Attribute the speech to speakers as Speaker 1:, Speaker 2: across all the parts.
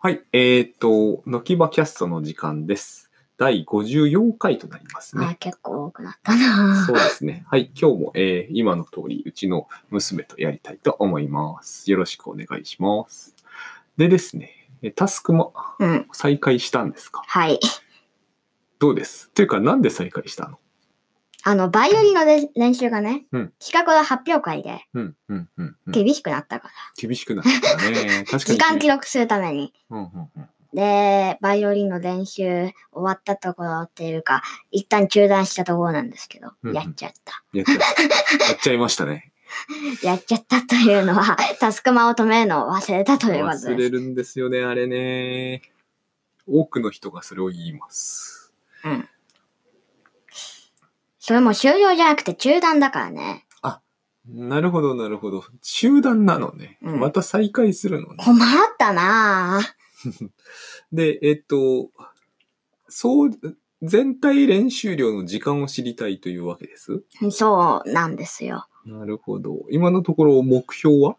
Speaker 1: はい、えーっと、のきばキャストの時間です。第54回となります
Speaker 2: あー
Speaker 1: ね。
Speaker 2: 結構多くなったな
Speaker 1: そうですね。はい、今日も、えー今の通り、うちの娘とやりたいと思います。よろしくお願いします。でですね、えタスクも
Speaker 2: うん。
Speaker 1: 再開したんですか
Speaker 2: はい。
Speaker 1: どうですというか、なんで再開したの
Speaker 2: あの、バイオリンので練習がね、
Speaker 1: うん
Speaker 2: 近くの発表会で
Speaker 1: うん、うん、うん、うん。
Speaker 2: 厳しくなったから。
Speaker 1: 厳しくなった ね。確か
Speaker 2: 時
Speaker 1: に。
Speaker 2: 間記録するために。
Speaker 1: うん、うん、うん。
Speaker 2: で、バイオリンの練習終わったところっていうか、一旦中断したところなんですけど、
Speaker 1: うんうん
Speaker 2: やっちゃった。
Speaker 1: やっちゃった。やっちゃいました ね。
Speaker 2: やっちゃったというのは、 タスクマを止めるのを忘れたということ
Speaker 1: 忘
Speaker 2: で
Speaker 1: れ
Speaker 2: す。
Speaker 1: るんですよね、あれね。多くの人がそれを言います。
Speaker 2: うん。それも終了じゃなくて中断だからね。
Speaker 1: なるほど、なるほど。集団なのね。
Speaker 2: うん
Speaker 1: また再開するのね。
Speaker 2: 困ったなぁ。
Speaker 1: で、えっと、そう、全体練習量の時間を知りたいというわけです。
Speaker 2: そうなんですよ。
Speaker 1: なるほど。今のところ目標は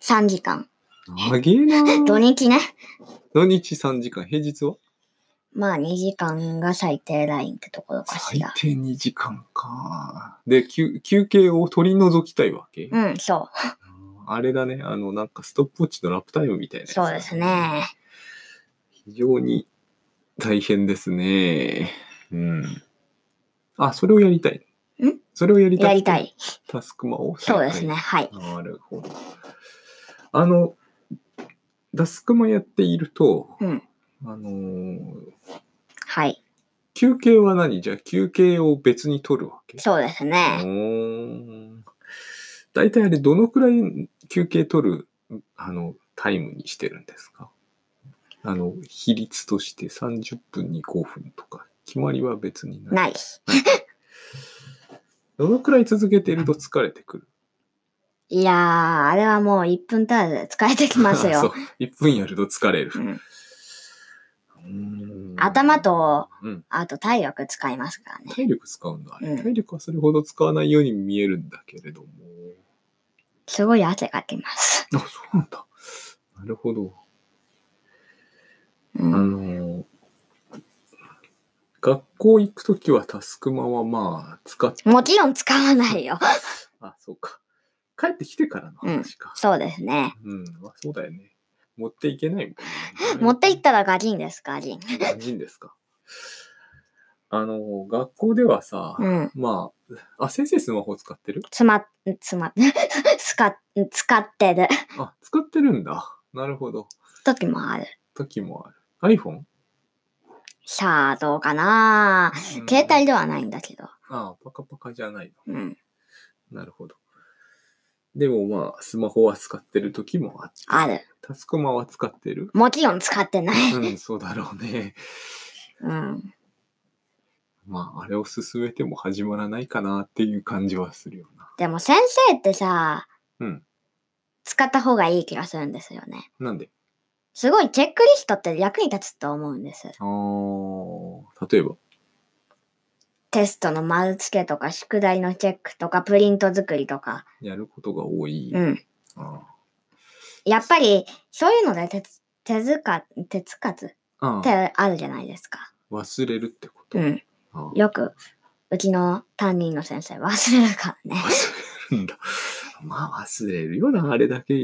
Speaker 2: 3時間。
Speaker 1: 長えな
Speaker 2: 土
Speaker 1: ぁ
Speaker 2: 日ね。
Speaker 1: 土日3時間、平日は
Speaker 2: まあ2時間が最低ラインってところかし
Speaker 1: 最
Speaker 2: ら。
Speaker 1: 低2時間か。で、休休憩を取り除きたいわけ、
Speaker 2: うん、そ
Speaker 1: あれだね。あの、なんかストップウォッチのラップタイムみたいなや
Speaker 2: う。
Speaker 1: つ
Speaker 2: そうです。ね。
Speaker 1: 非常に大変ですね。うん。あ、それをやりたい。
Speaker 2: ん
Speaker 1: それをやりたい。
Speaker 2: やりた。い。
Speaker 1: タスクマを再
Speaker 2: そう
Speaker 1: 開
Speaker 2: ですね。。はい。
Speaker 1: なるほど。あの、タスクマやっていると、
Speaker 2: うん。
Speaker 1: あのー
Speaker 2: はい。
Speaker 1: 休憩は何じゃあ休憩を別に取るわけ
Speaker 2: そうですね。
Speaker 1: 大体あれどのくらい休憩取るあのタイムにしてるんですかあの比率として30分に5分とか決まりは別にない。
Speaker 2: ない。
Speaker 1: どのくらい続けていると疲れてくる
Speaker 2: いやー、あれはもう1分単位で疲れてきます
Speaker 1: あそう
Speaker 2: よ。
Speaker 1: 1分やると疲れる
Speaker 2: う。ん、
Speaker 1: うーん
Speaker 2: 頭と、
Speaker 1: うん、
Speaker 2: あと体力使いますからね。
Speaker 1: 体力使うんだ、あれ
Speaker 2: うん
Speaker 1: 体力はそれほど使わないように見えるんだけれども。
Speaker 2: すごい汗かきます。
Speaker 1: あ、そうなんだ。なるほど。あ
Speaker 2: うん、
Speaker 1: の、学校行くときはタスクマはまあ、使って、
Speaker 2: もちろん使わないよ。
Speaker 1: あ、そうか。帰ってきてからの話か。
Speaker 2: そうですね。
Speaker 1: うん、まあ、そうだよね。持っていけないみたいな、
Speaker 2: 持って
Speaker 1: い
Speaker 2: 行ったらガジンです、ガジン。
Speaker 1: け人ですか。あの、学校ではさ、
Speaker 2: うん。
Speaker 1: まあ、あ、先生スマホ使ってる
Speaker 2: つま、つま、 使っ、使ってる
Speaker 1: あ、使ってるんだ。なるほど。
Speaker 2: 時もある。
Speaker 1: 時もある。iPhone?
Speaker 2: さあ、どうかな
Speaker 1: う
Speaker 2: 携
Speaker 1: ん
Speaker 2: 帯ではないんだけど。
Speaker 1: あパカパカじゃない
Speaker 2: うん。
Speaker 1: の。なるほど。でもまあ、スマホは使ってる時もあって。
Speaker 2: ある。
Speaker 1: タスクマは使って る
Speaker 2: もちろん使ってない。
Speaker 1: うん、そうだろうね。
Speaker 2: うん。
Speaker 1: まあ、あれを進めても始まらないかなっていう感じはするよな。
Speaker 2: でも先生ってさ、
Speaker 1: うん。
Speaker 2: 使った方がいい気がするんですよね。
Speaker 1: なんで
Speaker 2: すごいチェックリストって役に立つと思うんです。
Speaker 1: あー例えば。
Speaker 2: テストの丸付けとか、宿題のチェックとか、プリント作りとか。
Speaker 1: やることが多い。
Speaker 2: うん。
Speaker 1: あ
Speaker 2: やっぱり、そういうので手つ、手づか、手つかず
Speaker 1: あ
Speaker 2: ってあるじゃないですか。
Speaker 1: 忘れるってこと。
Speaker 2: うん。
Speaker 1: あー
Speaker 2: よく、うちの担任の先生忘れる からね。
Speaker 1: 忘れるんだ。まあ、忘れるよな、あれだけ。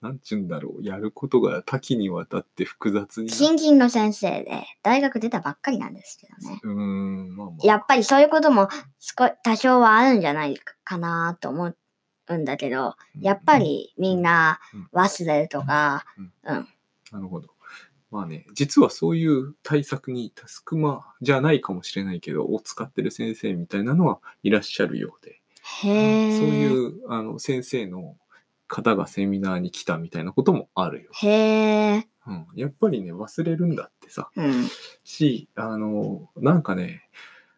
Speaker 1: なんちゅうんだろう。やることが多岐にわたって複雑にな
Speaker 2: 新人の先生で、大学出たばっかりなんですけどね。
Speaker 1: うーん、まあまあ。
Speaker 2: やっぱりそういうことも少し多少はあるんじゃないかなと思うんだけど、やっぱりみんな忘れるとか、
Speaker 1: なるほど。まあね、実はそういう対策にタスクマじゃないかもしれないけど、を使ってる先生みたいなのはいらっしゃるようで、
Speaker 2: へえ。
Speaker 1: そういうあの先生の方がセミナーに来たみたいなこともあるよ。
Speaker 2: へえ。
Speaker 1: うん、やっぱりね、忘れるんだってさ、
Speaker 2: うん。
Speaker 1: し、あの、なんかね、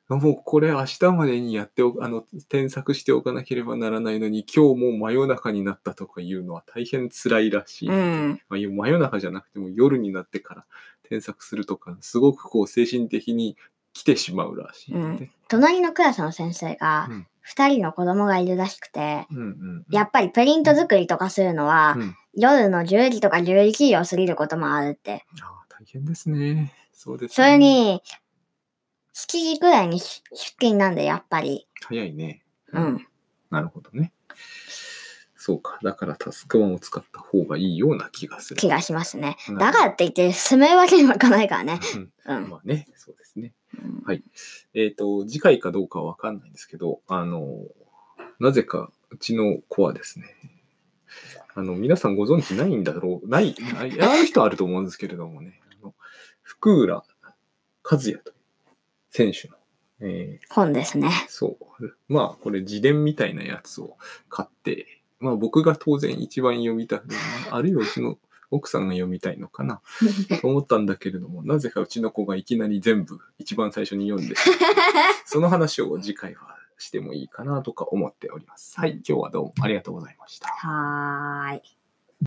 Speaker 1: もうこれ明日までにやっておく、あの、添削しておかなければならないのに、今日もう真夜中になったとかいうのは大変辛いらしい。
Speaker 2: うん。
Speaker 1: まあ、夜真夜中じゃなくても夜になってから添削するとか、すごくこう精神的に来てしまうらしい、ね
Speaker 2: 隣のクラスの先生が
Speaker 1: うん
Speaker 2: 2人の子供がいるらしくて、
Speaker 1: うんうん
Speaker 2: やっぱりプリント作りとかするのは、
Speaker 1: うん
Speaker 2: 夜の10時とか11時を過ぎることもあるって。
Speaker 1: あー大変ですね。そうです、ね。
Speaker 2: それに、7時くらいに出出勤なんで、やっぱり。
Speaker 1: 早いね。
Speaker 2: うん。
Speaker 1: なるほどね。そうか。だからタスクワンを使った方がいいような気がする。
Speaker 2: 気がしますね。
Speaker 1: なるほど
Speaker 2: だからって言って進めるわけにはいかないからね。
Speaker 1: うん
Speaker 2: うん。
Speaker 1: まあね、そうですね。
Speaker 2: うん
Speaker 1: はいえっ、と、次回かどうかはわかんないんですけど、あの、なぜかうちの子はですね、あの、皆さんご存知ないんだろう、ない、ないある人はあると思うんですけれどもね、あの福浦和也という選手の、え
Speaker 2: 本ですね。
Speaker 1: ーそう、まあ、これ自伝みたいなやつを買って、まあ僕が当然一番読みたく、あるいはうちの奥さんが読みたいのかな、と思ったんだけれども、なぜかうちの子がいきなり全部一番最初に読んで、その話を次回はしてもいいかなとか思っております。はい、今日はどうもありがとうございました。
Speaker 2: はーい。